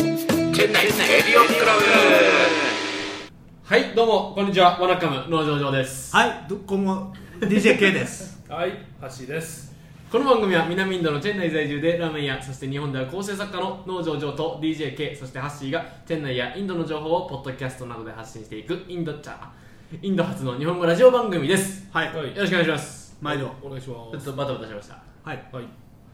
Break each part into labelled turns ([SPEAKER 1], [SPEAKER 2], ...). [SPEAKER 1] 店内エリオンクラブ
[SPEAKER 2] はい、どうも、こんにちは。ワナカム、農場上です。
[SPEAKER 3] はい、どこも DJK です。
[SPEAKER 4] はい、橋です。
[SPEAKER 2] この番組は南インドのチェン内在住でラーメン屋、そして日本では構成作家の農場上と DJK、そしてハッシーがチェン内やインドの情報をポッドキャストなどで発信していくインドチャー、インド初の日本語ラジオ番組です。
[SPEAKER 3] はい、
[SPEAKER 4] はい
[SPEAKER 2] よろしくお願いします。
[SPEAKER 3] 毎度。
[SPEAKER 4] お願いし
[SPEAKER 2] ちょ
[SPEAKER 4] ま
[SPEAKER 2] っ
[SPEAKER 4] す。
[SPEAKER 2] とバタバタしました。
[SPEAKER 3] はい、
[SPEAKER 4] はい、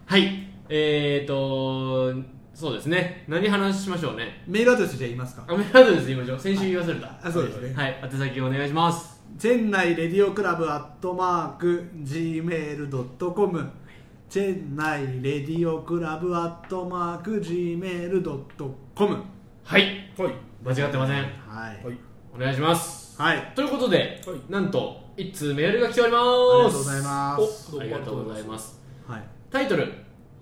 [SPEAKER 2] はい、えーと、そうですね。何話しましょうね。
[SPEAKER 3] メールアドレスじゃ言いますか。
[SPEAKER 2] アメラドです、言いましょう。先週言い忘れた。
[SPEAKER 3] あ、そうですね。
[SPEAKER 2] はい、宛先お願いします。
[SPEAKER 3] チェン内レディオクラブアットマーク Gmail.com チェン内レディオクラブアットマーク Gmail.com
[SPEAKER 2] は
[SPEAKER 4] は
[SPEAKER 2] い、
[SPEAKER 4] い、
[SPEAKER 2] 間違ってません。
[SPEAKER 3] はい、
[SPEAKER 4] はい、
[SPEAKER 2] お願いします。
[SPEAKER 3] はい、あ
[SPEAKER 2] ということで、
[SPEAKER 4] はい
[SPEAKER 2] なんと一通メールが来ておりま
[SPEAKER 3] りがとう
[SPEAKER 2] す
[SPEAKER 3] ございま
[SPEAKER 4] お
[SPEAKER 3] す。
[SPEAKER 2] おありがとうございます
[SPEAKER 3] はい、
[SPEAKER 2] タイトル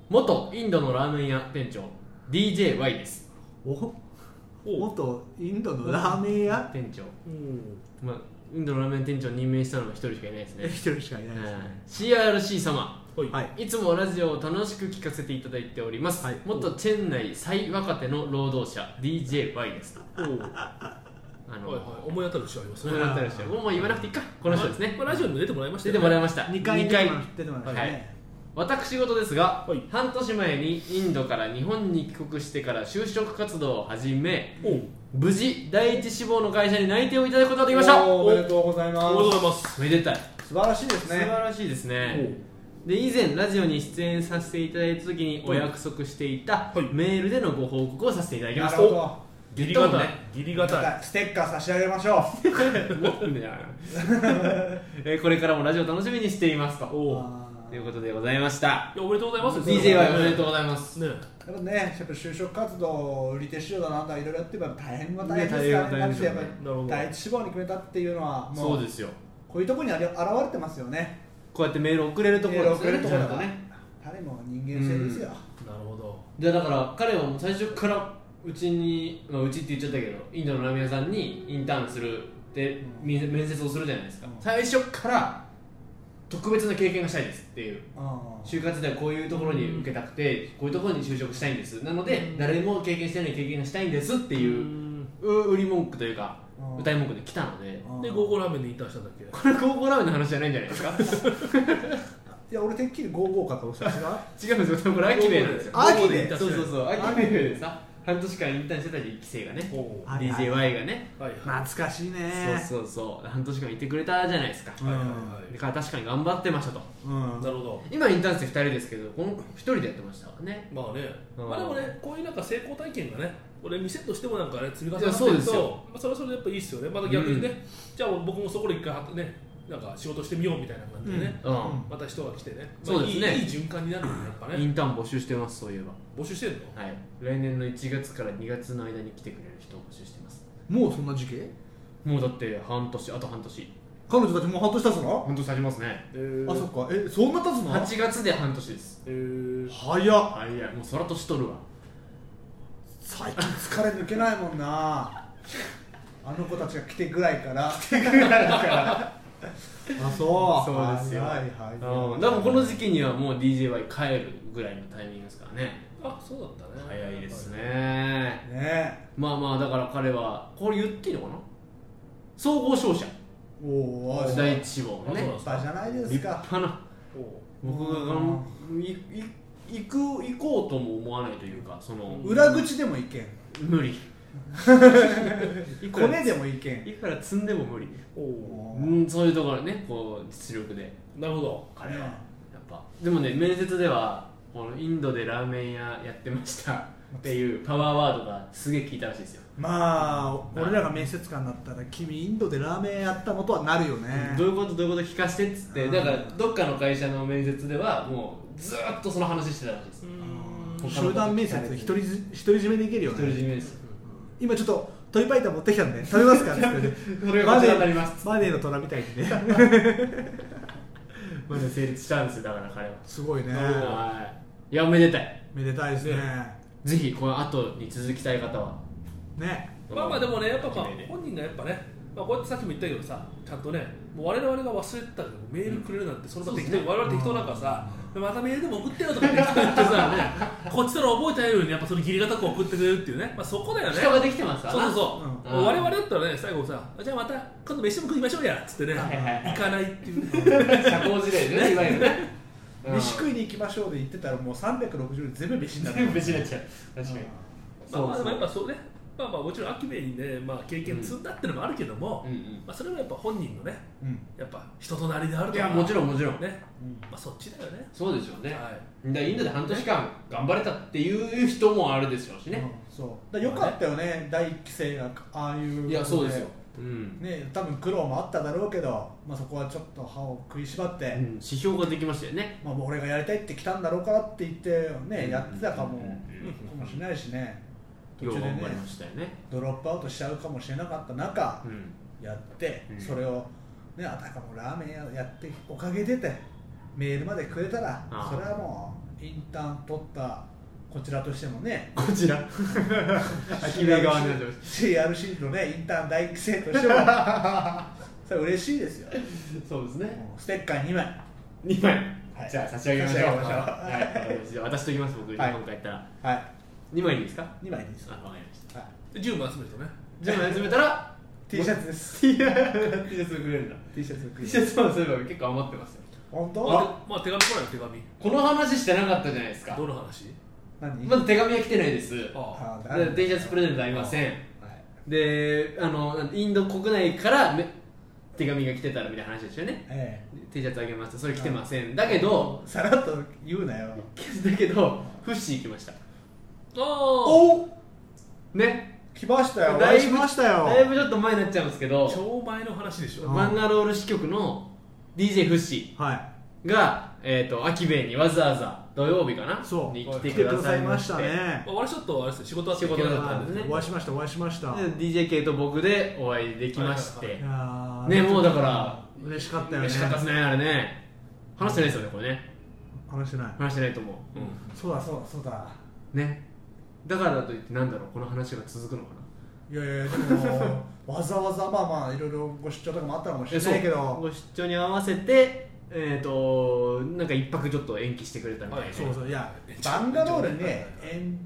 [SPEAKER 2] 元インドのラーメン屋店長 DJY です
[SPEAKER 3] お
[SPEAKER 4] お
[SPEAKER 3] 元インドのラーメン屋
[SPEAKER 2] 店長、
[SPEAKER 4] うん、
[SPEAKER 2] まあ、インドのラーメン店長に任命したのは一人しかいないですね
[SPEAKER 3] 一人しかいないです
[SPEAKER 2] は
[SPEAKER 3] ね。
[SPEAKER 2] い CRC 様
[SPEAKER 4] はい、、
[SPEAKER 3] はいい、
[SPEAKER 2] いつもラジオを楽しく聞かせていただいております、
[SPEAKER 3] はい
[SPEAKER 2] 元チェン内最若手の労働者 DJY ですと
[SPEAKER 4] おー
[SPEAKER 2] あの、
[SPEAKER 4] はい、はい、思い当たる人ありますね。
[SPEAKER 2] 亡くなったりしてもうもう言わなくていいかこの人ですね
[SPEAKER 4] まあラジオにも出てもらいました
[SPEAKER 2] 出
[SPEAKER 4] よ
[SPEAKER 2] て
[SPEAKER 4] ね。
[SPEAKER 2] もらい
[SPEAKER 4] い
[SPEAKER 2] ました
[SPEAKER 3] 2回
[SPEAKER 2] 二
[SPEAKER 3] 出てもら出てもらいました
[SPEAKER 2] はい
[SPEAKER 3] ね。
[SPEAKER 2] 私事ですが、
[SPEAKER 4] はい
[SPEAKER 2] 半年前にインドから日本に帰国してから就職活動を始め
[SPEAKER 4] おう
[SPEAKER 2] 無事第一志望の会社に内定をいただくことができました
[SPEAKER 5] おめでとうございま
[SPEAKER 4] おめでとうございます。
[SPEAKER 2] めでたい、
[SPEAKER 5] す素晴らしいです
[SPEAKER 2] 素晴
[SPEAKER 5] ね
[SPEAKER 2] らしいですねで以前ラジオに出演させていただいた時にお約束していた
[SPEAKER 4] はい
[SPEAKER 2] メールでのご報告をさせていただきま
[SPEAKER 5] な
[SPEAKER 2] し
[SPEAKER 5] る
[SPEAKER 2] た、
[SPEAKER 5] ほど
[SPEAKER 4] ギリ
[SPEAKER 2] ゲット
[SPEAKER 4] が
[SPEAKER 2] も
[SPEAKER 4] たい
[SPEAKER 2] ね、
[SPEAKER 4] ギリがたい。
[SPEAKER 5] ステッカー差し上げましょう
[SPEAKER 2] 持ってんだよ えーこれからもラジオ楽しみにしていますと
[SPEAKER 4] おう
[SPEAKER 5] あ
[SPEAKER 2] と
[SPEAKER 5] ー
[SPEAKER 2] いうことでございました
[SPEAKER 4] いや、おめでとうございます。
[SPEAKER 2] DJY おめでと
[SPEAKER 4] う。
[SPEAKER 2] うございます
[SPEAKER 4] ね、
[SPEAKER 5] やっぱねやっぱ就職活動売り手市場だなんだいろいろやってれば大変は大変
[SPEAKER 2] ね
[SPEAKER 5] ですから
[SPEAKER 2] 大
[SPEAKER 5] ね
[SPEAKER 2] 変
[SPEAKER 5] なんせやっぱ
[SPEAKER 2] 大変
[SPEAKER 4] なるほど
[SPEAKER 5] り第一志望に決めたっていうのはも
[SPEAKER 2] そううですよ
[SPEAKER 5] こういうところにあり現れてますよね
[SPEAKER 2] こうやってメール送れるところ
[SPEAKER 5] 送れるところだから
[SPEAKER 2] ちゃん
[SPEAKER 5] 誰も人間性ですよ
[SPEAKER 4] なるほど。
[SPEAKER 2] じゃあだから彼はもう最初からうちに、まあ、うちって言っちゃったけどインドのラーメン屋さんにインターンするで
[SPEAKER 5] うん
[SPEAKER 2] 面面接をするじゃないですか、
[SPEAKER 5] うん
[SPEAKER 2] 最初から特別な経験がしたいですっていう
[SPEAKER 5] うん
[SPEAKER 2] 就活ではこういうところに受けたくて、こういうところに就職したいんですなので誰も経験してない経験がしたいんですっていう
[SPEAKER 4] う
[SPEAKER 2] う売り文句というか
[SPEAKER 5] うん
[SPEAKER 2] 歌い文句で来たので
[SPEAKER 5] うん
[SPEAKER 4] で、ゴーゴーラーメンでインターンしたんだっけ。
[SPEAKER 2] これ高校ラーメンの話じゃないんじゃないですか
[SPEAKER 5] いや俺てっきり55かと思ってた違う
[SPEAKER 2] 違うんですよ多分これ秋名なんですよ
[SPEAKER 5] あ秋
[SPEAKER 4] で
[SPEAKER 2] そうそうそう秋名でさ半年間インターンしてた時期生がね
[SPEAKER 4] おう
[SPEAKER 3] はいはい
[SPEAKER 2] DJY がね
[SPEAKER 4] はい、はい、
[SPEAKER 3] 懐かしい
[SPEAKER 2] そう
[SPEAKER 3] ね。
[SPEAKER 2] そうそう半年間いてくれたじゃないですか、
[SPEAKER 4] はい、は
[SPEAKER 2] だから確かに頑張ってましたと
[SPEAKER 3] うん
[SPEAKER 4] い。なるほど。
[SPEAKER 2] 今インターン生2人ですけどこの1人でやってましたわね
[SPEAKER 4] まあね、
[SPEAKER 2] うん
[SPEAKER 4] まあでもね、こういうなんか成功体験がね、俺店としてもなんかね、積み重なって
[SPEAKER 2] いや
[SPEAKER 4] る
[SPEAKER 2] そう
[SPEAKER 4] と、
[SPEAKER 2] ですよ
[SPEAKER 4] まあ、それはそれでやっぱいいですよね。また逆にね、じゃあ僕もそこで一回はね、なんか仕事してみようみたいな感じでね、
[SPEAKER 2] うん、
[SPEAKER 4] また人が来てね、まあ、
[SPEAKER 2] そうですね
[SPEAKER 4] いいいい循環になるんだやっぱ
[SPEAKER 2] イ
[SPEAKER 4] ね、
[SPEAKER 2] ンターン募集してますそういえ
[SPEAKER 4] 募集してるの
[SPEAKER 2] ばはい来年の1月から2月の間に来てくれる人を募集してます
[SPEAKER 3] もうそんな時期
[SPEAKER 2] もうだって半年あと半年
[SPEAKER 3] 彼女たちもう半年経つの
[SPEAKER 2] 半年経ちますね
[SPEAKER 4] えー
[SPEAKER 3] あそっかえそんな経つの
[SPEAKER 2] 8月で半年です
[SPEAKER 4] えー
[SPEAKER 3] 早っ
[SPEAKER 2] あいやもうそら年取るわ
[SPEAKER 5] 最近疲れ抜けないもんなあの子たちが来てぐらいから
[SPEAKER 3] あそう
[SPEAKER 2] そうですよ
[SPEAKER 3] はいはいは
[SPEAKER 2] う
[SPEAKER 3] い
[SPEAKER 2] んでもこの時期にはもう DJY 帰るぐらいのタイミングですからね
[SPEAKER 4] あ、そうだったね。
[SPEAKER 2] 早いです。ね
[SPEAKER 5] ね
[SPEAKER 2] まあまあだから彼はこれ言っていいのかな総合商社
[SPEAKER 5] おおー
[SPEAKER 2] 第一志望
[SPEAKER 4] あ
[SPEAKER 2] の
[SPEAKER 4] そうなん
[SPEAKER 2] ね
[SPEAKER 4] です
[SPEAKER 5] バカじゃないで
[SPEAKER 2] 立
[SPEAKER 5] すか
[SPEAKER 2] 派な
[SPEAKER 4] おう
[SPEAKER 2] 僕があのいい行く行こうとも思わないというかその
[SPEAKER 5] 裏口でもいけん
[SPEAKER 2] 無 理いく
[SPEAKER 5] コ
[SPEAKER 2] ら
[SPEAKER 5] ネでもいけん
[SPEAKER 2] いくら積んでも無理
[SPEAKER 4] おう
[SPEAKER 2] うんそういうところねこう実力で
[SPEAKER 4] なるほど。
[SPEAKER 2] 彼はやっぱでもね面接ではこのインドでラーメン屋やってましたっていうパワーワードがすげえ聞いたらしいですよ
[SPEAKER 3] まあ俺らが面接官だったら君インドでラーメンやったことはなるよね
[SPEAKER 2] どういうことどういうこと聞かせてっつって
[SPEAKER 3] うん
[SPEAKER 2] だからどっかの会社の面接ではもうずーっとその話してたらしいです
[SPEAKER 4] うん
[SPEAKER 3] 集団面接独りず独り占めでいけるよ
[SPEAKER 2] 独り
[SPEAKER 3] ね
[SPEAKER 2] 占めです
[SPEAKER 3] 今ちょっと鶏白湯持ってきたんで食べますかって言ってね
[SPEAKER 2] それがこちらになります
[SPEAKER 3] マネーマネーの虎みたいにね
[SPEAKER 2] まだ成立したんですよだから彼は
[SPEAKER 3] すごいね
[SPEAKER 2] はいいやおめでたい
[SPEAKER 3] めでたいですね
[SPEAKER 2] ぜひこの後に続きたい方は
[SPEAKER 3] ね
[SPEAKER 4] まあまあでもね、やっぱまあ
[SPEAKER 2] 決めで
[SPEAKER 4] 本人がやっぱね、まあ、こうやってさっきも言ったけどさ、ちゃんとね、もう我々が忘れてたけど、メールくれるなんて、その時
[SPEAKER 2] そう
[SPEAKER 4] 適
[SPEAKER 2] で
[SPEAKER 4] 当、
[SPEAKER 2] すね
[SPEAKER 4] 我々適当なんかさ、またメールでも送ってよとかって言ってさ、ね、こっちから覚えたようにやっぱその義理堅く送ってくれるっていうね、まあ、そこだよね
[SPEAKER 2] 人ができてますから
[SPEAKER 4] そう
[SPEAKER 2] な
[SPEAKER 4] そうそう、
[SPEAKER 2] うん
[SPEAKER 4] 我々だったらね最後さじゃあまた今度飯でも食いましょうやっつってね、
[SPEAKER 2] はいはいはい
[SPEAKER 4] 行かないっていうね
[SPEAKER 2] 社交辞令でねいわゆるね うん
[SPEAKER 5] 飯食いに行きましょうで言ってたらもう360度全部飯になって
[SPEAKER 2] 全
[SPEAKER 5] る
[SPEAKER 2] 部別になっちゃう確かに
[SPEAKER 4] まあ、まあでもやっぱ
[SPEAKER 2] そ
[SPEAKER 4] そうねまあまあもちろんアキベにね、まあ、経験積んだってのもあるけども、
[SPEAKER 2] うんうん
[SPEAKER 4] まあ、それはやっぱ本人のね
[SPEAKER 5] うん
[SPEAKER 4] やっぱ人となりである
[SPEAKER 2] い
[SPEAKER 4] と
[SPEAKER 2] やもちろんもちろん
[SPEAKER 4] ね、
[SPEAKER 5] うん
[SPEAKER 4] まあ、そっちだよね
[SPEAKER 2] そうでしょうね、
[SPEAKER 4] はい
[SPEAKER 2] だからインドで半年間頑張れたっていう人もあれでしょうしね、
[SPEAKER 5] うんそうだからよかったよね第一期生がああいう
[SPEAKER 2] いやそうですよ、うん
[SPEAKER 5] ね多分苦労もあっただろうけど、まあ、そこはちょっと歯を食いしばって、
[SPEAKER 2] うん指標ができましたよね
[SPEAKER 5] まあ、もう俺がやりたいって来たんだろうからって言ってね、やってたかも、
[SPEAKER 2] うん
[SPEAKER 5] かもしれないしね
[SPEAKER 2] よ
[SPEAKER 5] 途
[SPEAKER 2] う
[SPEAKER 5] 中で
[SPEAKER 2] 頑
[SPEAKER 5] ね
[SPEAKER 2] 張りましたよね
[SPEAKER 5] ドロップアウトしちゃうかもしれなかった中、
[SPEAKER 2] うん
[SPEAKER 5] やって、
[SPEAKER 2] うん
[SPEAKER 5] それを、ね、あたかもラーメン屋やっておかげでてメールまでくれたら
[SPEAKER 2] ああ
[SPEAKER 5] それはもうインターン取ったこちらとしてもね
[SPEAKER 2] こち ら秋部側になってまし
[SPEAKER 5] CRC のねインターン第一期生とし てもそれ嬉しいですよ
[SPEAKER 2] たそうですね
[SPEAKER 5] もうステッカー2枚
[SPEAKER 2] 2枚、
[SPEAKER 5] はい
[SPEAKER 2] じゃあ差し上げましょう
[SPEAKER 5] 差し上げましょう
[SPEAKER 2] はいわかりましたじゃあ渡しときます僕、
[SPEAKER 5] はい
[SPEAKER 2] 今回やったら
[SPEAKER 5] はい
[SPEAKER 2] 2枚でいいですか
[SPEAKER 5] 2枚でいいです
[SPEAKER 2] あわかりまし
[SPEAKER 5] はい
[SPEAKER 4] 10万集めるとね
[SPEAKER 2] た10枚集めたら
[SPEAKER 5] T シャツです
[SPEAKER 2] T シャツくれるんだ
[SPEAKER 5] T シャツ送
[SPEAKER 2] T
[SPEAKER 5] り
[SPEAKER 2] シャツもそういえば結構余ってますよ
[SPEAKER 5] 本
[SPEAKER 4] あ
[SPEAKER 5] 当
[SPEAKER 4] でまあ手紙来ないよ手紙
[SPEAKER 2] この話してなかったじゃないですか
[SPEAKER 4] どの話
[SPEAKER 5] 何
[SPEAKER 2] まだ手紙は来てないです
[SPEAKER 4] あ
[SPEAKER 5] あ
[SPEAKER 2] で T シャツプレゼントありません
[SPEAKER 5] はい
[SPEAKER 2] であのインド国内からめ手紙が来てたらみたいな話ですよね
[SPEAKER 5] え
[SPEAKER 2] T シャツあげましたそれ来てませんだけど
[SPEAKER 5] えさらっと言うなよ
[SPEAKER 2] だけどフッシー来ました
[SPEAKER 4] ああ
[SPEAKER 5] お
[SPEAKER 2] ね
[SPEAKER 5] 来ましたよお
[SPEAKER 2] だい
[SPEAKER 5] 会い
[SPEAKER 2] ぶ
[SPEAKER 5] しましたよ
[SPEAKER 2] だいぶちょっと前になっちゃうんですけど
[SPEAKER 4] 超前の話でしょ
[SPEAKER 2] バンガロール支局の DJ フッシ
[SPEAKER 3] はい
[SPEAKER 2] ーが、えー、と秋兵衛にわざわざ土曜日かな
[SPEAKER 3] そう
[SPEAKER 2] に来てくださいました
[SPEAKER 3] 来てくださいま
[SPEAKER 4] まあ私ちょっとあれですね仕事あって
[SPEAKER 2] 仕事だったん
[SPEAKER 3] は
[SPEAKER 2] ですね
[SPEAKER 3] いお会いしましたお会いしました
[SPEAKER 2] で DJK と僕でお会いできまして、
[SPEAKER 4] はい
[SPEAKER 3] いやー
[SPEAKER 2] ねもうだから
[SPEAKER 3] 嬉しかったよね
[SPEAKER 2] 嬉しかったですねあれね話してないですよねこれね
[SPEAKER 3] 話してない
[SPEAKER 2] 話してないと思う、
[SPEAKER 5] そうだそうだそうだ
[SPEAKER 2] ねだからといってなんだろうこの話が続くのかない
[SPEAKER 5] やいやでもわざわざまあまあいろいろご出張とかもあったかもしれないけど
[SPEAKER 2] ご出張に合わせてえっ、となんか一泊ちょっと延期してくれたみたいで、
[SPEAKER 4] はい
[SPEAKER 5] そうそういや
[SPEAKER 4] え
[SPEAKER 5] バンガロールにね
[SPEAKER 4] ちょ
[SPEAKER 5] 遠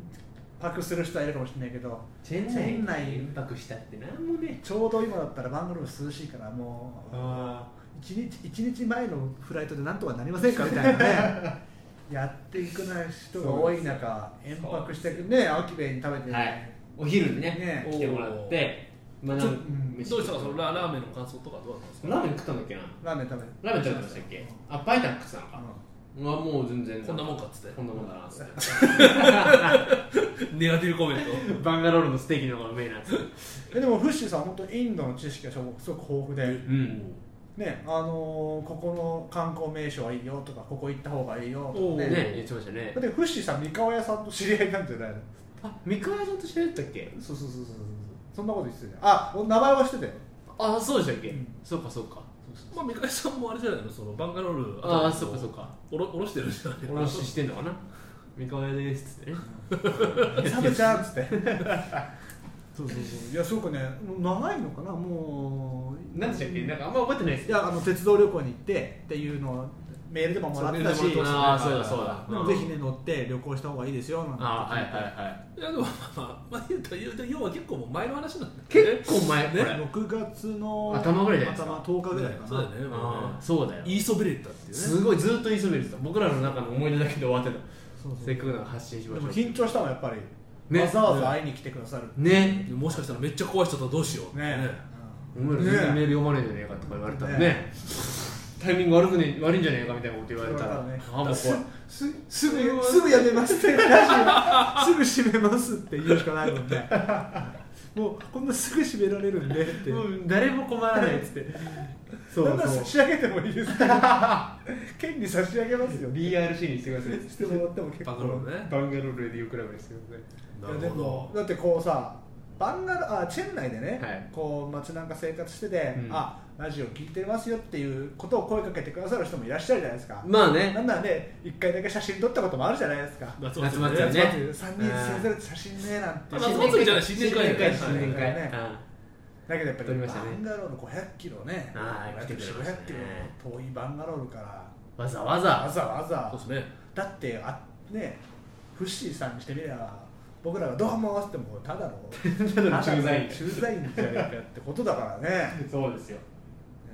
[SPEAKER 5] 泊する人はいるかもしれないけど
[SPEAKER 2] チェン
[SPEAKER 5] チェン
[SPEAKER 2] ナ
[SPEAKER 5] ナ
[SPEAKER 2] イ
[SPEAKER 5] イ
[SPEAKER 2] に延泊したってなんもね
[SPEAKER 5] ちょうど今だったらバンガロール涼しいからもう
[SPEAKER 2] あ
[SPEAKER 5] 一日一日前のフライトでなんとかなりませんかみたい なねやっていくない人が多い中遠泊してね秋兵衛に食べて、
[SPEAKER 2] はいお昼にね
[SPEAKER 5] ね
[SPEAKER 2] 来てもらってまあ
[SPEAKER 5] ちょ
[SPEAKER 2] なんか
[SPEAKER 5] うん
[SPEAKER 2] 飯
[SPEAKER 4] どうし
[SPEAKER 2] 食
[SPEAKER 4] た
[SPEAKER 2] っ
[SPEAKER 4] かそのララーメンの感想とかどうだったんですか
[SPEAKER 2] ラーメン食ったんだっけな
[SPEAKER 5] ラーメン食べ
[SPEAKER 2] ラーメン食べてましたっけあパイタン食ってたのか、うわもう全然
[SPEAKER 4] こんなもんかっつって
[SPEAKER 2] こんなもんだなっつって
[SPEAKER 4] ネガティブコメント
[SPEAKER 2] バンガロールのステーキの方がうめえなっつって
[SPEAKER 5] うん、でもフッシーさん本当インドの知識がすごくすごく豊富で、
[SPEAKER 2] うん
[SPEAKER 5] ねあのーここの観光名所はいいよとかここ行った方がいいよ
[SPEAKER 4] お
[SPEAKER 5] と
[SPEAKER 4] う
[SPEAKER 5] かね
[SPEAKER 2] ね言ってましたね
[SPEAKER 5] だってフッシーさん三河屋さんと知り合いなんじゃないの
[SPEAKER 2] あ三河屋さんと知り合いだったっけ
[SPEAKER 5] そうそうそうそうそうそんなこと言ってたよあお名前はしてたよ
[SPEAKER 2] あそうでしたっけ、
[SPEAKER 5] うん
[SPEAKER 2] そうかそうか
[SPEAKER 4] まあ三上さんもあれじゃないのそのバンガロール
[SPEAKER 2] ああそうかそうか
[SPEAKER 4] おろおろしてるじゃない
[SPEAKER 2] おろししてんのかな三河屋ですっつってね
[SPEAKER 5] サブちゃんっつってそうそうそういやすごくねもう長いのかなもう
[SPEAKER 2] 何でしたっけなんかあんま覚えてないです
[SPEAKER 5] いやあの鉄道旅行に行ってっていうのをメールでももらってたし
[SPEAKER 4] そうメールでもらって
[SPEAKER 2] ああそうだそうだ
[SPEAKER 5] でもぜひね乗って旅行した方がいいですよなんて
[SPEAKER 2] ああはいはいはい
[SPEAKER 4] いやでもまあまあまあ言うと言うと要は結構もう前の話なんだ
[SPEAKER 2] 結構前これ、
[SPEAKER 5] 6月の
[SPEAKER 2] 頭ぐらいじゃないですか
[SPEAKER 5] 頭10日ぐらいかな
[SPEAKER 4] そうだよねもう
[SPEAKER 2] あ
[SPEAKER 4] ね
[SPEAKER 2] あそうだよ
[SPEAKER 4] 言いそびれたっていうね
[SPEAKER 2] すごいずっと言いそびれてた僕らの中の思い出だけで終わってた
[SPEAKER 5] そうそう
[SPEAKER 2] せっかくなら発信し
[SPEAKER 5] で
[SPEAKER 2] ま
[SPEAKER 5] も
[SPEAKER 2] しょう
[SPEAKER 5] 緊張したもんやっぱり、
[SPEAKER 2] ね
[SPEAKER 5] わざわざ会いに来てくださる
[SPEAKER 2] ね
[SPEAKER 4] もしかしたらめっちゃ怖い人だったらどうしようって
[SPEAKER 5] ね
[SPEAKER 2] お前ら全然メール読まねえんじゃねえかとか言われたらね
[SPEAKER 5] ね
[SPEAKER 2] タイミング悪くね悪いんじゃねえかみたいなこと言われたら、
[SPEAKER 5] そうだね
[SPEAKER 2] あもう怖い
[SPEAKER 5] すすぐすぐやめますってラジオすぐ閉めますって言うしかないもんねもうこんなすぐ閉められるんでって
[SPEAKER 2] もう誰も困らないっつってそう
[SPEAKER 5] なんなら
[SPEAKER 2] そう
[SPEAKER 5] 差し上げてもいいですか県に差し上げます よ
[SPEAKER 2] BRC にしてください
[SPEAKER 5] してもらっても結構
[SPEAKER 4] バンガロールね
[SPEAKER 2] バンガロールレディオクラブですよね
[SPEAKER 5] いやでもだってこうさバンガロあチェン内でね、
[SPEAKER 2] はい
[SPEAKER 5] こう街なんか生活してて、
[SPEAKER 2] うん
[SPEAKER 5] あラジオ聞いてますよっていうことを声かけてくださる人もいらっしゃるじゃないですか、
[SPEAKER 2] まあ
[SPEAKER 5] な
[SPEAKER 2] ね
[SPEAKER 5] んならね一回だけ写真撮ったこともあるじゃないですか
[SPEAKER 4] 夏
[SPEAKER 2] 夏
[SPEAKER 4] 祭り
[SPEAKER 2] 祭
[SPEAKER 4] ね
[SPEAKER 2] りね
[SPEAKER 5] 3人それぞれ写真ねなんて
[SPEAKER 4] あ夏祭りじゃない新年会
[SPEAKER 2] 新年会
[SPEAKER 4] 新
[SPEAKER 2] 新年
[SPEAKER 5] 年
[SPEAKER 2] 会
[SPEAKER 5] 会
[SPEAKER 2] あ
[SPEAKER 5] だけどやっぱり
[SPEAKER 2] 撮りました
[SPEAKER 5] バ
[SPEAKER 2] ね
[SPEAKER 5] ンガロール500キロね
[SPEAKER 2] あー来てくれましたね
[SPEAKER 5] 500キロ遠いバンガロールから
[SPEAKER 2] わざわ
[SPEAKER 5] わ
[SPEAKER 2] ざ
[SPEAKER 5] ざわざ
[SPEAKER 4] そうですね
[SPEAKER 5] だってあねフッシーさんにしてみれば僕らが「どうも」って言ってもただの
[SPEAKER 2] ただの駐在員
[SPEAKER 5] ただの駐在員じゃねえかってことだから ね
[SPEAKER 2] そうですよ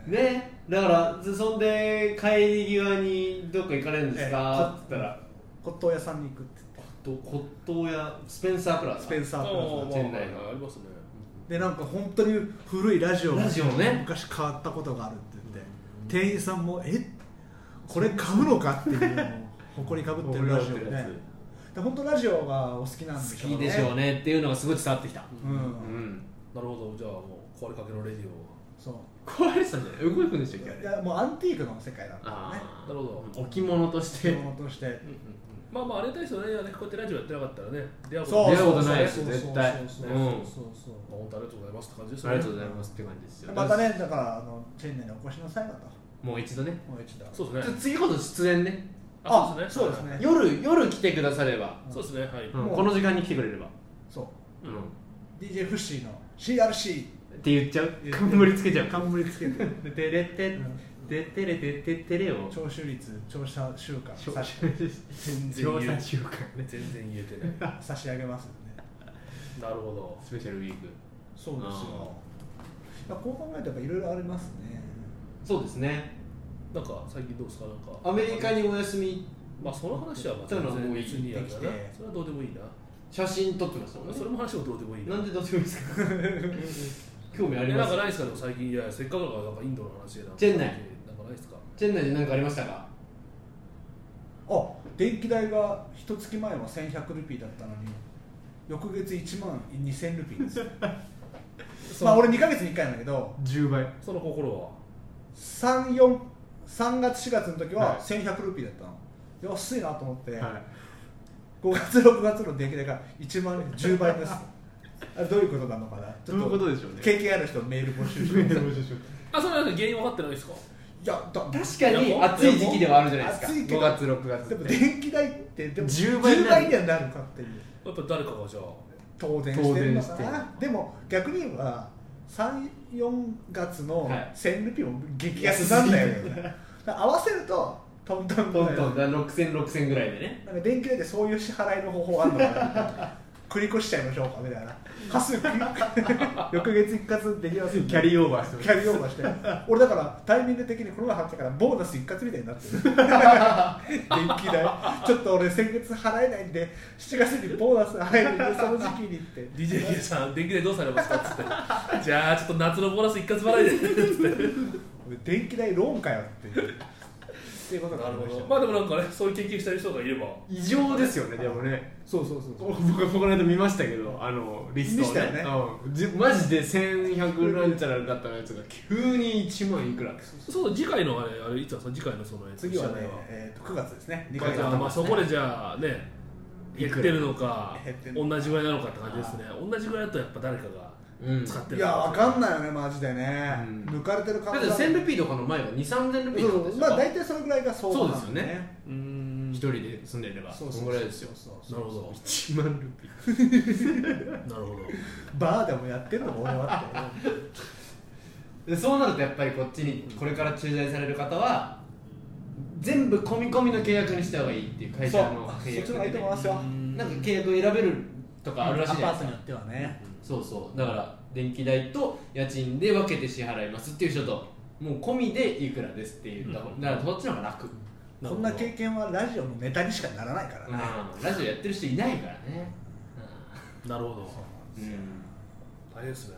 [SPEAKER 2] ねだからずそんで帰り際にどっか行かれるんですかって言ったら
[SPEAKER 5] 骨董屋さんに行くって言っ
[SPEAKER 2] と骨董屋スペンサープラ
[SPEAKER 5] て
[SPEAKER 2] ザ
[SPEAKER 5] スペンサープラ
[SPEAKER 2] ー店内の
[SPEAKER 4] ありますね
[SPEAKER 5] ザでなんか本当に古いラジオが
[SPEAKER 2] ラジオね
[SPEAKER 5] 昔変わったことがあるって言って店員さんも「えこれ買うのか?」っていうのを誇りかぶって るラジオ
[SPEAKER 2] 誇りか
[SPEAKER 5] ね
[SPEAKER 2] ぶってる
[SPEAKER 5] で本当ラジオがお好きなんでしょ
[SPEAKER 2] 好きでしょうねっていうのがすごい伝わってきた
[SPEAKER 5] う
[SPEAKER 2] うんん
[SPEAKER 4] なるほどじゃあもう壊れかけのレディオ
[SPEAKER 5] そ
[SPEAKER 2] 壊れてたんじゃない動いてくんでした
[SPEAKER 5] う
[SPEAKER 2] っ
[SPEAKER 5] い
[SPEAKER 2] け
[SPEAKER 5] やいやもうアンティークの世界なんだよね
[SPEAKER 2] ああ
[SPEAKER 4] なるほど
[SPEAKER 2] 置物として
[SPEAKER 5] 着物として
[SPEAKER 4] まあまああれに対してねこうやってラジオやってなかったらね出会うこと
[SPEAKER 5] そ
[SPEAKER 4] な
[SPEAKER 5] う
[SPEAKER 4] い
[SPEAKER 2] 出会うことないです
[SPEAKER 5] そうそう
[SPEAKER 2] 絶対
[SPEAKER 5] そうそうそう
[SPEAKER 2] うん
[SPEAKER 5] そう
[SPEAKER 4] まあ本当ありがとうございますって感じですよ
[SPEAKER 2] あ
[SPEAKER 4] ね
[SPEAKER 2] りがとうございますって感じですよ
[SPEAKER 5] またね、だからあのチェンネルにお越しの際だと、
[SPEAKER 2] もう一度ね
[SPEAKER 5] もう一度。
[SPEAKER 4] そうです
[SPEAKER 2] ちょ
[SPEAKER 4] ね
[SPEAKER 2] 次こそ出演ね
[SPEAKER 5] あ
[SPEAKER 4] そ
[SPEAKER 5] そうう
[SPEAKER 4] で
[SPEAKER 5] ですす
[SPEAKER 4] ね
[SPEAKER 5] ね
[SPEAKER 2] 夜夜来てくだされば
[SPEAKER 4] そうですねはい
[SPEAKER 2] うん
[SPEAKER 5] もう
[SPEAKER 2] この時間に来てくれれば
[SPEAKER 5] そ
[SPEAKER 2] うん
[SPEAKER 5] う、DJ フッシーの CRC、
[SPEAKER 2] って言っちゃう
[SPEAKER 5] 言って
[SPEAKER 2] 冠つけちゃう
[SPEAKER 5] 冠つけて、
[SPEAKER 2] でてれてでてれてててれを
[SPEAKER 5] 聴取率、聴者週間
[SPEAKER 2] 調
[SPEAKER 5] 差
[SPEAKER 2] 査
[SPEAKER 5] し
[SPEAKER 4] 全然
[SPEAKER 2] 調
[SPEAKER 4] 言
[SPEAKER 2] 査
[SPEAKER 4] え
[SPEAKER 2] 週間ね
[SPEAKER 4] 全然言えてない
[SPEAKER 5] 差し上げますよね。
[SPEAKER 4] なるほど
[SPEAKER 2] スペシャルウィーク
[SPEAKER 5] そうですよ。いやこう考えるとやっぱいろいろありますね。
[SPEAKER 2] そうですね
[SPEAKER 4] なんか最近どうですかなんか
[SPEAKER 2] アメリカにお休み
[SPEAKER 4] まあその話はまあ
[SPEAKER 2] ただの
[SPEAKER 4] 全然別にや
[SPEAKER 5] も
[SPEAKER 4] る
[SPEAKER 5] う行
[SPEAKER 4] な
[SPEAKER 5] ってきて
[SPEAKER 4] それはどうでもいいな
[SPEAKER 2] 写真撮ってましたもんね
[SPEAKER 4] それも話もどうでもいい
[SPEAKER 2] なんでどうでもいいです か興味あり
[SPEAKER 4] え
[SPEAKER 2] ま
[SPEAKER 4] なん
[SPEAKER 2] す
[SPEAKER 4] かないですかでも最近いやせっかくだからなんかインドの話でなんか
[SPEAKER 2] チェンナイ
[SPEAKER 4] なんかないですか
[SPEAKER 2] 店内で何かありましたか
[SPEAKER 5] あ、電気代が一月前は1100ルピーだったのに、翌月1万2000ルピ ーですよ。まあ俺2ヶ月に1回なんだけど、
[SPEAKER 2] 10倍
[SPEAKER 4] その心は
[SPEAKER 5] 3、4、3月4月の時
[SPEAKER 2] はい
[SPEAKER 5] は1100ルピーだったの。安いなと思って。
[SPEAKER 2] は
[SPEAKER 5] 5月6月の出来が1万円10倍ですあれどういうことなのかなちょっ
[SPEAKER 2] どういうことでしょうね
[SPEAKER 5] 経験ある人メール募集してください
[SPEAKER 4] あそれなんか原因分かってないですか
[SPEAKER 5] いやだ
[SPEAKER 2] い確かに暑い時期ではあるじゃないですか
[SPEAKER 5] 暑いけ
[SPEAKER 2] 5
[SPEAKER 5] ど
[SPEAKER 2] 月6月
[SPEAKER 5] でも電気代ってでも
[SPEAKER 2] 10倍になる
[SPEAKER 5] にはなるかっていう
[SPEAKER 4] やっぱ誰かがじゃあ
[SPEAKER 5] 当然してるのか
[SPEAKER 2] 当然
[SPEAKER 5] なでも逆に言えば34月の
[SPEAKER 2] はい
[SPEAKER 5] 1000ルピーも激安なんだよ ねだから合わせるとトントン
[SPEAKER 2] ト
[SPEAKER 5] ト
[SPEAKER 2] ントン
[SPEAKER 5] ン
[SPEAKER 2] だ60006000ぐらいでね
[SPEAKER 5] なんか電気代ってそういう支払いの方法あるのかなみたいな繰り越しちゃいましょうかみたい な多 数繰り翌月一括できますよね
[SPEAKER 2] キャリーオーバーしてま
[SPEAKER 5] キ
[SPEAKER 2] す
[SPEAKER 5] ャリーオーバーして俺だからタイミング的にこの前貼ってからボーナス一括みたいになってる電気代ちょっと俺先月払えないんで7月にボーナス払えないんでその時期にって
[SPEAKER 4] DJK さん電気代どうされますかっつってじゃあちょっと夏のボーナス一括払いでっつって
[SPEAKER 5] 電気代ローンかよっていうっていうことがありました
[SPEAKER 4] まあでもなんかねそういう経験した人がいれば
[SPEAKER 2] 異常ですよねでもね
[SPEAKER 5] そうそうそうそう
[SPEAKER 2] 僕僕この間見ましたけどあのリストを
[SPEAKER 5] 見ました
[SPEAKER 2] うんじマジで1100なんちゃらだったやつが急に1万いくら
[SPEAKER 4] そう次回のあれあれいつは次回のその
[SPEAKER 5] 次はね
[SPEAKER 4] 試合、
[SPEAKER 5] えー、と9月ですね
[SPEAKER 2] 九
[SPEAKER 5] 2
[SPEAKER 2] 月
[SPEAKER 5] 回
[SPEAKER 4] まあまあそこでじゃあね減ってるのか
[SPEAKER 5] 減ってんの
[SPEAKER 4] 同じぐらいなのかって感じですね同じぐらいだとやっぱ誰か
[SPEAKER 2] うん
[SPEAKER 4] が使って
[SPEAKER 5] い
[SPEAKER 4] る
[SPEAKER 5] やわかん
[SPEAKER 4] ない
[SPEAKER 5] ないよねマジでね、
[SPEAKER 2] うん
[SPEAKER 5] 抜かれてる
[SPEAKER 2] だ
[SPEAKER 5] 感
[SPEAKER 2] って
[SPEAKER 5] じ
[SPEAKER 2] 1000ル
[SPEAKER 5] ピ
[SPEAKER 2] ピーとかの前は2000ルピー
[SPEAKER 5] そ
[SPEAKER 2] とかで
[SPEAKER 5] うそう
[SPEAKER 2] す
[SPEAKER 5] まあ大体そのぐらいが相場なん
[SPEAKER 2] そうですよね
[SPEAKER 4] うーん
[SPEAKER 2] 一人で住んでればそ
[SPEAKER 5] そ
[SPEAKER 2] の
[SPEAKER 5] うそうそう
[SPEAKER 2] ぐらいですよ
[SPEAKER 5] そうそう
[SPEAKER 4] なるほど
[SPEAKER 2] 1万ルピー
[SPEAKER 4] なるほど
[SPEAKER 5] バーでもやってんの俺は って
[SPEAKER 2] でそうなるとやっぱりこっちにこれから駐在される方は全部込み込みの契約にした方がいいっていう会社の
[SPEAKER 5] そう
[SPEAKER 2] 契
[SPEAKER 5] そっ
[SPEAKER 2] 約
[SPEAKER 5] ちの方がいいと思いますよ
[SPEAKER 2] なんか契約を選べるとかあるらしいじゃないですか
[SPEAKER 5] によってはね
[SPEAKER 2] そうそうだから電気代と家賃で分けて支払いますっていう人ともう込みでいくらですって言った方、
[SPEAKER 4] うん
[SPEAKER 2] だからそっちの方が楽
[SPEAKER 5] こんな経験はラジオのネタにしかならないからね、
[SPEAKER 2] うんラジオやってる人いないからね
[SPEAKER 4] なるほど
[SPEAKER 2] うんうん
[SPEAKER 4] 大変ですね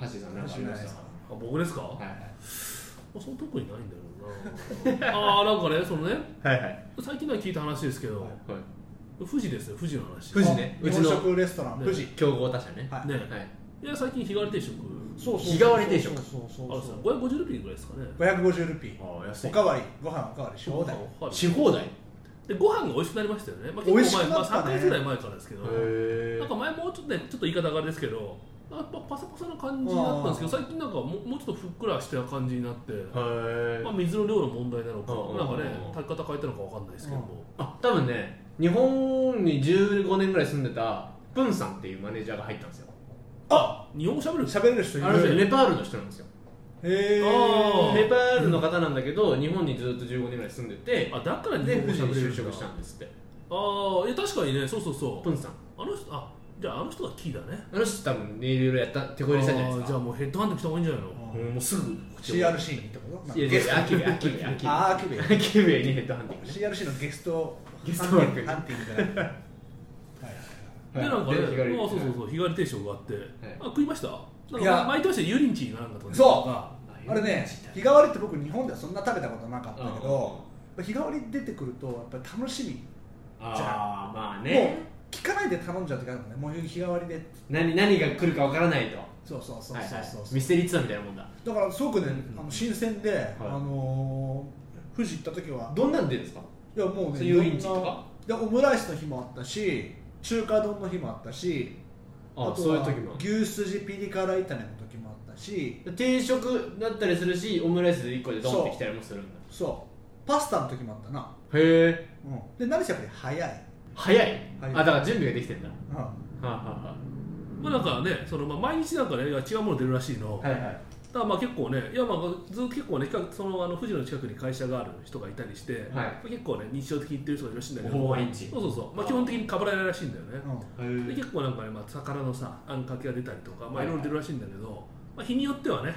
[SPEAKER 2] 橋井さん何かありました
[SPEAKER 5] 橋井さ
[SPEAKER 4] あ僕ですか、
[SPEAKER 2] はい
[SPEAKER 4] まあその特にないんだよなああなんかねそのね
[SPEAKER 2] はいはい
[SPEAKER 4] 最近のは聞いた話ですけど、富士ですよ富士の話
[SPEAKER 2] 富士ね
[SPEAKER 5] あ
[SPEAKER 2] うち
[SPEAKER 5] 日
[SPEAKER 2] の
[SPEAKER 5] 本食レストラン、
[SPEAKER 4] ね
[SPEAKER 5] 富士
[SPEAKER 2] 競合他社ね
[SPEAKER 5] はい
[SPEAKER 4] ね
[SPEAKER 2] はい
[SPEAKER 4] いや最近日替わり定食
[SPEAKER 5] そう
[SPEAKER 2] 日替わり定食
[SPEAKER 5] そうそう
[SPEAKER 4] あれです
[SPEAKER 5] そうそ
[SPEAKER 4] ね
[SPEAKER 5] う
[SPEAKER 4] 550ルピーぐらいですかね
[SPEAKER 5] 550ルピー
[SPEAKER 2] ああ安
[SPEAKER 5] おかわりご飯おかわりし放題
[SPEAKER 4] ご飯
[SPEAKER 2] し放題へ
[SPEAKER 4] でご飯が美味しくなりましたよね、まあ、
[SPEAKER 5] 美味
[SPEAKER 4] 結
[SPEAKER 5] し
[SPEAKER 4] 構
[SPEAKER 5] く
[SPEAKER 4] 前、ま
[SPEAKER 5] な
[SPEAKER 4] あ、
[SPEAKER 5] ったね
[SPEAKER 4] 3ヶ月ぐらい前からですけど
[SPEAKER 2] え
[SPEAKER 4] なんか前もうちょっとねちょっと言い方があれですけどやっぱパサパサな感じだったんですけど最近なんかもうもうちょっとふっくらした感じになって、まあ、水の量の問題なのか
[SPEAKER 2] うん
[SPEAKER 4] なんかね
[SPEAKER 2] うん
[SPEAKER 4] 炊き方変えたのかわかんないですけども
[SPEAKER 2] あ多分ね日本に15年ぐらい住んでたプンさんっていうマネージャーが入ったんですよ
[SPEAKER 4] あ日本語しゃべる
[SPEAKER 5] 喋れる人い
[SPEAKER 2] あれですよ
[SPEAKER 5] る
[SPEAKER 2] ネパールの人なんですよ
[SPEAKER 5] へへ
[SPEAKER 4] あ
[SPEAKER 2] ネパールの方なんだけど日本にずっと15年ぐらい住んでて
[SPEAKER 4] あだから
[SPEAKER 2] で
[SPEAKER 4] 日本語喋
[SPEAKER 2] 富士に
[SPEAKER 4] れるんだ
[SPEAKER 2] 就職したんですって
[SPEAKER 4] ああいや確かにねそうそうそ
[SPEAKER 2] プ
[SPEAKER 4] う
[SPEAKER 2] ンさん
[SPEAKER 4] あの人あじゃああの人がキーだね
[SPEAKER 2] あの人多分いろいろやった手こ入れしたんじゃない
[SPEAKER 4] あ
[SPEAKER 2] で
[SPEAKER 4] ー
[SPEAKER 2] す
[SPEAKER 4] じゃあ
[SPEAKER 2] か
[SPEAKER 4] もうヘッドハンド来た方がいいんじゃないの
[SPEAKER 2] もうもうすぐ
[SPEAKER 5] CRC にってこと
[SPEAKER 2] いやいやアキベアキベアキベ
[SPEAKER 5] あーアキベ
[SPEAKER 2] アキベにヘッドハンティングね
[SPEAKER 5] CRC のゲスト
[SPEAKER 2] ゲストワーク
[SPEAKER 5] ハンティングハンティングだ ね
[SPEAKER 4] でなんかねあ
[SPEAKER 2] で日帰り
[SPEAKER 4] そうそうそう日帰り定食があって、あ食いましたなん
[SPEAKER 5] い
[SPEAKER 4] か
[SPEAKER 5] や
[SPEAKER 4] 前言ってましたよユリンチーがなんかとかね
[SPEAKER 5] そう
[SPEAKER 4] あ
[SPEAKER 5] あれね日替わりって僕日本ではそんな食べたことなかったけど日替わり出てくるとやっぱり楽しみ
[SPEAKER 2] あ
[SPEAKER 5] じゃ
[SPEAKER 2] あまあ
[SPEAKER 5] も
[SPEAKER 2] ね
[SPEAKER 5] う聞かないで頼んじゃう時あるもんねもう日替わりで
[SPEAKER 2] 何何が来るかわからないと
[SPEAKER 5] そうそうそうそう
[SPEAKER 2] はいはい
[SPEAKER 5] そう
[SPEAKER 2] ミステリーツアーみたいなもんだ
[SPEAKER 5] だからすごくねあの新鮮で、あのー富士行った時は
[SPEAKER 2] どんなん出るんですか
[SPEAKER 5] いやもう
[SPEAKER 2] そう
[SPEAKER 5] ね
[SPEAKER 2] いうインチ
[SPEAKER 5] いろん
[SPEAKER 2] と
[SPEAKER 5] な
[SPEAKER 2] か
[SPEAKER 5] でオムライスの日もあったし中華丼の日もあったし
[SPEAKER 2] あ
[SPEAKER 5] と
[SPEAKER 2] そういう
[SPEAKER 5] は
[SPEAKER 2] 時も
[SPEAKER 5] 牛すじピリ辛炒めの時もあったし
[SPEAKER 2] 定食だったりするしオムライス1個でドンってきたりもするんだ
[SPEAKER 5] そうパスタの時もあったな、
[SPEAKER 2] へえ
[SPEAKER 5] うん、で何しろやっぱり早い、
[SPEAKER 2] 早いあ
[SPEAKER 5] 早い
[SPEAKER 2] だから準備ができてんだは
[SPEAKER 5] うん
[SPEAKER 2] あはあは
[SPEAKER 4] まあなんかねその、まあ、毎日なんかねいや違うもの出るらしいの、
[SPEAKER 2] あはいはい
[SPEAKER 4] だからまあ結構ね、いやまあずっと結構ね、比較そのあの富士の近くに会社がある人がいたりして、
[SPEAKER 2] はい
[SPEAKER 4] まあ結構ね、日常的に行ってる人がいるらしいんだけ
[SPEAKER 2] ほぼ
[SPEAKER 4] ど、
[SPEAKER 2] 毎日
[SPEAKER 4] そうそうそう、まあ、基本的にかぶらないらしいんだよね。
[SPEAKER 5] う
[SPEAKER 4] で結構なんかね、まあ、魚のさ、あんかけが出たりとか、ま
[SPEAKER 2] は
[SPEAKER 4] あ、
[SPEAKER 2] い
[SPEAKER 4] いろいろ出るらしいんだけど、まあ、日によってはね、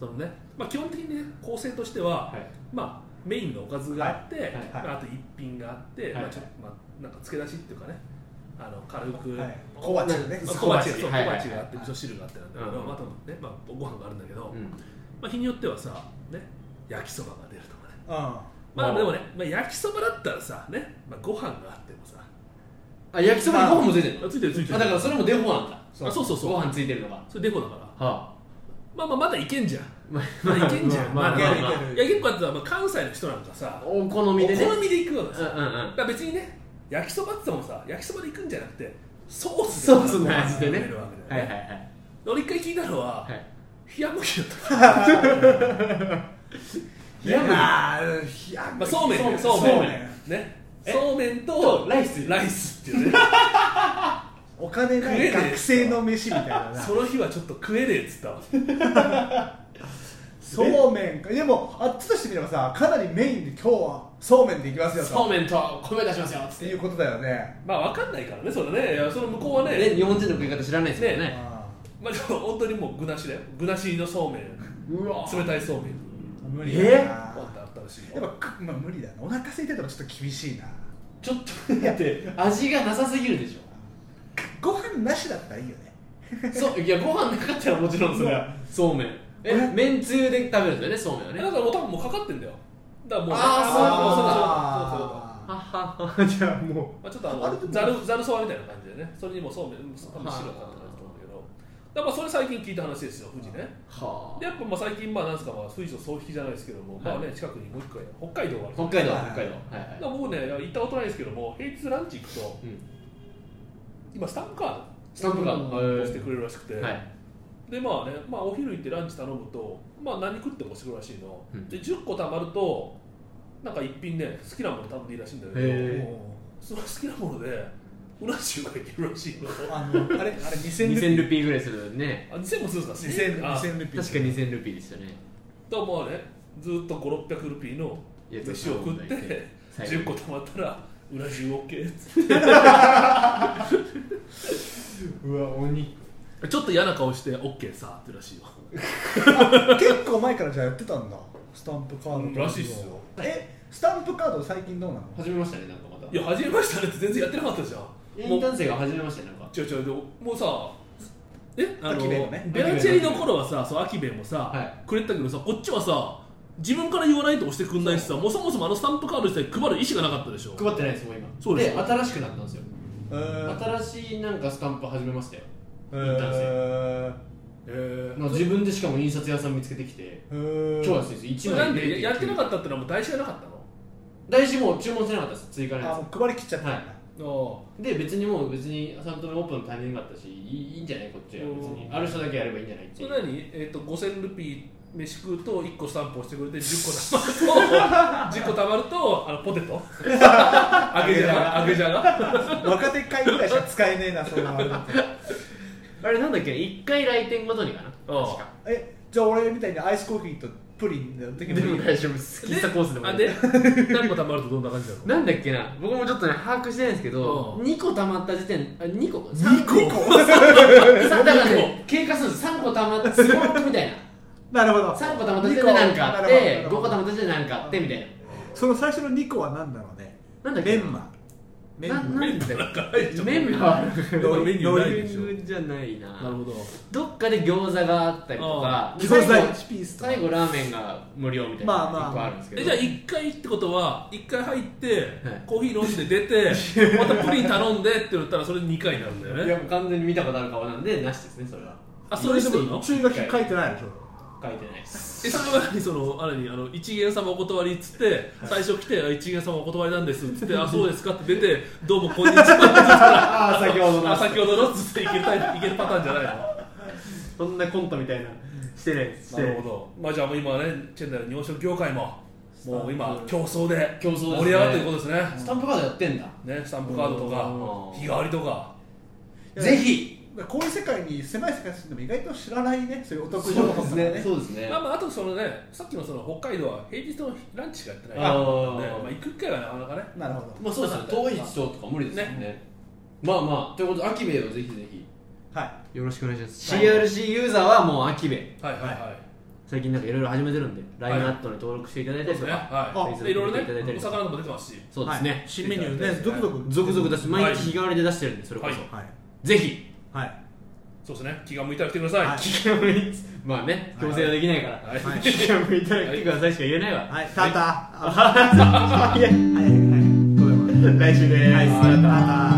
[SPEAKER 4] そのねまあ、基本的にね、構成としては、
[SPEAKER 2] はい
[SPEAKER 4] まあ、メインのおかずがあって、
[SPEAKER 2] いはいはい
[SPEAKER 4] まあ、あと一品があって、
[SPEAKER 2] は
[SPEAKER 4] まあ、
[SPEAKER 2] い
[SPEAKER 4] ちょっと、まあ、なんか漬け出しっていうかね、あの軽く、
[SPEAKER 5] んはい、小鉢ね
[SPEAKER 4] まあ
[SPEAKER 2] 小
[SPEAKER 4] 小
[SPEAKER 2] 鉢
[SPEAKER 4] 鉢そう小
[SPEAKER 2] はいはいはい
[SPEAKER 4] 鉢があって、味噌汁があってなんだけど、
[SPEAKER 2] うん
[SPEAKER 4] まああとねまあ、ご飯があるんだけど、
[SPEAKER 2] うん
[SPEAKER 4] まあ、日によってはさ、ね、焼きそばが出るとかね、
[SPEAKER 5] うん
[SPEAKER 4] ま
[SPEAKER 2] お
[SPEAKER 4] あ、
[SPEAKER 2] う
[SPEAKER 4] でもね、まあ、焼きそばだったらさ、ねまあ、ご飯があってもさ、
[SPEAKER 2] あ焼きそばにご飯もついてる
[SPEAKER 4] あついてるついて
[SPEAKER 2] あ
[SPEAKER 4] る、
[SPEAKER 2] だからそれもデフォなんだ
[SPEAKER 4] そうあそうそうそう
[SPEAKER 2] ご飯ついてるのがは
[SPEAKER 4] それデコだから、
[SPEAKER 2] あ
[SPEAKER 4] まあまあ、まだいけ んじゃん、
[SPEAKER 2] ま
[SPEAKER 4] まだいけんじゃん、
[SPEAKER 2] まあ
[SPEAKER 4] ま
[SPEAKER 2] ま
[SPEAKER 4] あ
[SPEAKER 2] あ
[SPEAKER 4] ま
[SPEAKER 2] ま
[SPEAKER 4] あ
[SPEAKER 2] あま
[SPEAKER 5] いけるい
[SPEAKER 2] あ
[SPEAKER 5] ける
[SPEAKER 4] いや結構あとはまあ関西の人なんかさ、お
[SPEAKER 2] お好
[SPEAKER 4] 好
[SPEAKER 2] み
[SPEAKER 4] み
[SPEAKER 2] でね
[SPEAKER 4] で行くわけ
[SPEAKER 2] う
[SPEAKER 4] さ、
[SPEAKER 2] ん
[SPEAKER 4] だか
[SPEAKER 2] うんうん
[SPEAKER 4] ら別にね、焼きそばって言ってもさ、焼きそばで行くんじゃなくて、ソース
[SPEAKER 2] ソースの味でね
[SPEAKER 4] 食べるわけ
[SPEAKER 2] は
[SPEAKER 4] だ
[SPEAKER 2] い
[SPEAKER 4] よ
[SPEAKER 2] はい
[SPEAKER 4] ね
[SPEAKER 2] はい
[SPEAKER 4] で俺、一回聞いたのは、
[SPEAKER 2] はい
[SPEAKER 4] 冷や麦だった。
[SPEAKER 5] いやまあいや
[SPEAKER 4] まあ、そうめんだよね
[SPEAKER 2] そう
[SPEAKER 5] そうめん
[SPEAKER 4] ね
[SPEAKER 2] え
[SPEAKER 4] そうめんと
[SPEAKER 2] とライス
[SPEAKER 4] ライスって いうね
[SPEAKER 5] お金な
[SPEAKER 4] 食えねえ
[SPEAKER 5] い学生の飯みたいなな
[SPEAKER 4] その日はちょっと食えねえっつったわ
[SPEAKER 5] そうめんかでもあっちとしてみればさかなりメインで今日はそうめんでいきますよと
[SPEAKER 2] そうめんと米出しますよっ
[SPEAKER 5] っ
[SPEAKER 2] つ
[SPEAKER 5] て
[SPEAKER 2] っ
[SPEAKER 5] い
[SPEAKER 2] て
[SPEAKER 5] うことだよね
[SPEAKER 4] まあ分かんないからねそれねいやその向こうはね
[SPEAKER 2] ね日本人の食い方知らないですよね
[SPEAKER 5] あ
[SPEAKER 4] まあでも本当にもう具なしだよ具なしのそうめん
[SPEAKER 2] うわ
[SPEAKER 4] 冷たいそうめん
[SPEAKER 5] ー無理だな
[SPEAKER 4] あったあったらしい
[SPEAKER 5] やっぱく、まあ、無理だなお腹空いてたらちょっと厳しいな
[SPEAKER 2] ちょっとだって味がなさすぎるでし ょ
[SPEAKER 5] ご飯なしだったらいいよね
[SPEAKER 2] そういやご飯なかったらもちろんそれはそうめんえ
[SPEAKER 5] え
[SPEAKER 2] めんつゆで食べるんだよねそうめん
[SPEAKER 4] だ
[SPEAKER 2] はね
[SPEAKER 4] からもう多分もうかかってんだよだからもう
[SPEAKER 5] あ
[SPEAKER 4] そうそうそうそうそうそう
[SPEAKER 2] は
[SPEAKER 5] あ
[SPEAKER 2] ははじゃあも
[SPEAKER 4] まあ、ちょっとあ
[SPEAKER 5] あれで
[SPEAKER 4] の
[SPEAKER 5] も
[SPEAKER 4] ざるざるそばみたいな感じでねそれにもうそうめん多分白かったなと思うんだけどだからまあそれ最近聞いた話ですよ富士ね
[SPEAKER 2] うは
[SPEAKER 4] でやっぱまあ最近まあなんですかまあ水素総引きじゃないですけども、まあね近くにもう一回北海道がある。
[SPEAKER 2] あ北海道
[SPEAKER 5] は
[SPEAKER 2] 北海道は
[SPEAKER 5] い
[SPEAKER 4] だ
[SPEAKER 2] いは
[SPEAKER 4] から僕ね
[SPEAKER 2] い
[SPEAKER 4] 行ったことないですけども平日ランチ行くと
[SPEAKER 2] うん
[SPEAKER 4] 今スタンプカー
[SPEAKER 2] スタンプが
[SPEAKER 4] ドを押してくれるらしくて、
[SPEAKER 2] えーはい
[SPEAKER 4] でまあねまあお昼行ってランチ頼むとまあ何食っても押してくるらしいの、
[SPEAKER 2] うん
[SPEAKER 4] で10個貯まるとなんか一品ね好きなもの頼んでいいらしいんだけ
[SPEAKER 2] へ
[SPEAKER 4] ど
[SPEAKER 2] え
[SPEAKER 4] その好きなものでうな重がいけるらしいの
[SPEAKER 5] あのあれあれ2000
[SPEAKER 2] 2000
[SPEAKER 5] ル
[SPEAKER 2] ルピーぐらいするね
[SPEAKER 4] あ2000もするんですか
[SPEAKER 5] 2000
[SPEAKER 4] 1000あ
[SPEAKER 5] 2000ルピー
[SPEAKER 2] 確か2000ルピーでしたね
[SPEAKER 4] とまあねずっと5600ルピーの
[SPEAKER 2] いや
[SPEAKER 4] 飯を食っ
[SPEAKER 2] そうなんだよ
[SPEAKER 4] て
[SPEAKER 2] 最後
[SPEAKER 4] 10個貯まったらうな重 OK っつって
[SPEAKER 2] うわ鬼
[SPEAKER 4] ちょっと嫌な顔して OK さってらしいよ
[SPEAKER 5] 結構前からじゃあやってたんだスタンプカードとか
[SPEAKER 4] らしいっすよ
[SPEAKER 5] えスタンプカード最近どうなの
[SPEAKER 2] 始めましたねなんかまた
[SPEAKER 4] いや始めましたねって全然やってなかったじゃん
[SPEAKER 2] イ
[SPEAKER 4] も
[SPEAKER 2] ン
[SPEAKER 4] う
[SPEAKER 2] ターン生が始めましたねなんか
[SPEAKER 4] 違う違うでももうさえあの
[SPEAKER 5] 秋兵衛のね
[SPEAKER 4] ベラチェリの頃はさそうアキベもさ、
[SPEAKER 2] は
[SPEAKER 4] くれてたけどさこっちはさ自分から言わないと押してくんないしさもうそもそもあのスタンプカード自体配る意思がなかったでしょ
[SPEAKER 2] 配ってないですもう今
[SPEAKER 4] そうです
[SPEAKER 2] 新しくなったんですよ
[SPEAKER 5] えー
[SPEAKER 2] 新しいなんかスタンプ始めましたよ
[SPEAKER 5] え
[SPEAKER 2] インターン生
[SPEAKER 5] ー
[SPEAKER 4] えー
[SPEAKER 2] なんか自分でしかも印刷屋さん見つけてきて
[SPEAKER 5] えー
[SPEAKER 2] 超安いです
[SPEAKER 4] それ
[SPEAKER 2] 1枚
[SPEAKER 4] なんでややってな
[SPEAKER 2] った
[SPEAKER 4] かったってのはもう代償がなかったの
[SPEAKER 2] 大事もう注文せなかったです追加の
[SPEAKER 5] あ
[SPEAKER 2] や
[SPEAKER 5] もう配り切っちゃったんだ、
[SPEAKER 2] はいつで別にもう別に3度目オープンのタイミングがあったしいいいいんじゃないこっちは別に
[SPEAKER 4] うん
[SPEAKER 2] ある人だけやればいいんじゃないって
[SPEAKER 4] そ
[SPEAKER 2] い
[SPEAKER 4] れ
[SPEAKER 2] う
[SPEAKER 4] なに、えー、と5000ルピー飯食うと1個スタンプ押してくれて10個た まると10個たまるとあのポテ ト揚げじゃが揚げじゃが
[SPEAKER 5] 若手会ぐらいしか使 えねえなそういうのあれだと
[SPEAKER 2] あれなんだっけ1回来店ごとにかな
[SPEAKER 4] うん
[SPEAKER 2] 確か
[SPEAKER 5] えじゃあ俺みたいにアイスコーヒーとプリンの時
[SPEAKER 2] でも
[SPEAKER 5] に
[SPEAKER 2] 大丈夫です喫茶コースでも
[SPEAKER 4] あ
[SPEAKER 2] いい
[SPEAKER 4] で何個たまるとどんな感じなの
[SPEAKER 2] なんだっけな僕もちょっとね把握してないんですけど
[SPEAKER 4] うん
[SPEAKER 2] 2個溜まった時点あ2個
[SPEAKER 5] 2個
[SPEAKER 2] さだからね経過するんです3個溜まってスロットみたい
[SPEAKER 5] なるほ
[SPEAKER 2] な
[SPEAKER 5] ど
[SPEAKER 2] 3個溜まった時点で何かあっ
[SPEAKER 5] 二
[SPEAKER 2] て5
[SPEAKER 5] 個
[SPEAKER 2] 個
[SPEAKER 5] な
[SPEAKER 2] 溜ま
[SPEAKER 5] る
[SPEAKER 2] った時点で何かあってみたいな
[SPEAKER 5] ほどその最初の2個は何だろうね
[SPEAKER 2] なんだっけ
[SPEAKER 5] メ
[SPEAKER 2] な
[SPEAKER 5] ンマメン
[SPEAKER 2] な
[SPEAKER 5] マ
[SPEAKER 2] なんだよ
[SPEAKER 4] ないでしょ
[SPEAKER 2] メンマは
[SPEAKER 5] ロ
[SPEAKER 4] メニューないでしょ
[SPEAKER 2] ローリングじゃない な
[SPEAKER 4] なるほど
[SPEAKER 2] どっかで餃子があったりとか
[SPEAKER 4] あ
[SPEAKER 5] 基本
[SPEAKER 2] 最後
[SPEAKER 5] 1ピースとか
[SPEAKER 2] 最後ラーメンが無料みたいな
[SPEAKER 5] まあまあ
[SPEAKER 2] 一個あるんですけど
[SPEAKER 4] えじゃあ1回ってことは1回入って
[SPEAKER 2] はい
[SPEAKER 4] コーヒー飲んで出 てまたプリン頼んでって言ったらそれ2回になるんだよ
[SPEAKER 2] い
[SPEAKER 4] ね
[SPEAKER 2] やもう完全に見たことある顔なんでなしですねそれは
[SPEAKER 4] あそれしていいの
[SPEAKER 5] 注意書き書いてないでしょ
[SPEAKER 2] 書いてないです
[SPEAKER 4] えそれは何そのあれにあの一元様お断りっつって最初来てあ一元様お断りなんですっつってあそうですかって出てどうもこんにちは
[SPEAKER 5] ああ先ほど
[SPEAKER 4] あ先ほどのっつっていけたいけるパターンじゃない
[SPEAKER 2] そんなコントみたいなしてないです
[SPEAKER 4] のなるほどまあじゃあもう今はねチェンダーの日本酒業界ももう今競争で
[SPEAKER 2] 競争ですね
[SPEAKER 4] 盛り上がってることですね
[SPEAKER 2] スタンプカードやってんだ
[SPEAKER 4] ねスタンプカードと
[SPEAKER 2] うん
[SPEAKER 4] か日替わりとか
[SPEAKER 5] うん
[SPEAKER 2] ぜひ
[SPEAKER 5] こういう世界に狭い世界に住んでも意外と知らないねそういうお得情報とかね
[SPEAKER 2] そうですね
[SPEAKER 4] まあまあ、あとそのね、さっきのその北海道は平日のランチしかやってない
[SPEAKER 2] あ
[SPEAKER 4] の
[SPEAKER 2] ー
[SPEAKER 4] で、まあ、行く機会がなかなかね、
[SPEAKER 5] なるほど
[SPEAKER 2] まあそうですね遠い地方とか無理ですよねまあまあということでアキベをぜひぜひ
[SPEAKER 5] はい
[SPEAKER 2] よろしくお願いします
[SPEAKER 4] はい
[SPEAKER 2] CRC ユーザーはもうアキベ
[SPEAKER 4] はいはいはい、
[SPEAKER 2] 最近なんかいろいろ始めてるんで
[SPEAKER 4] はい
[SPEAKER 2] LINE アットに登録していただいた
[SPEAKER 4] そうです
[SPEAKER 2] りと
[SPEAKER 4] ね、
[SPEAKER 2] か
[SPEAKER 4] は
[SPEAKER 2] あ
[SPEAKER 4] い、でいろいろ
[SPEAKER 2] いただいた
[SPEAKER 4] ね、
[SPEAKER 2] り
[SPEAKER 4] お魚とか出てますし、
[SPEAKER 2] そうです
[SPEAKER 5] はい
[SPEAKER 2] ね
[SPEAKER 5] 新メニ
[SPEAKER 4] い
[SPEAKER 5] ューね
[SPEAKER 4] ただいて
[SPEAKER 5] 続々
[SPEAKER 2] 続々出し毎
[SPEAKER 4] はい
[SPEAKER 2] 日日替わりで出してるんでそれこ
[SPEAKER 4] は
[SPEAKER 2] そ
[SPEAKER 5] はい
[SPEAKER 2] ぜひ
[SPEAKER 5] はい
[SPEAKER 4] そうですね、気が向いたら来てください。
[SPEAKER 5] はい
[SPEAKER 2] 気が向いまあね強制はできないから
[SPEAKER 4] はい
[SPEAKER 5] はい
[SPEAKER 2] 気が向いたら来てくださいしか言えないわ
[SPEAKER 5] はいタタあはいはいはいごめんごめん
[SPEAKER 2] 来週で
[SPEAKER 5] は い
[SPEAKER 2] す
[SPEAKER 5] タタ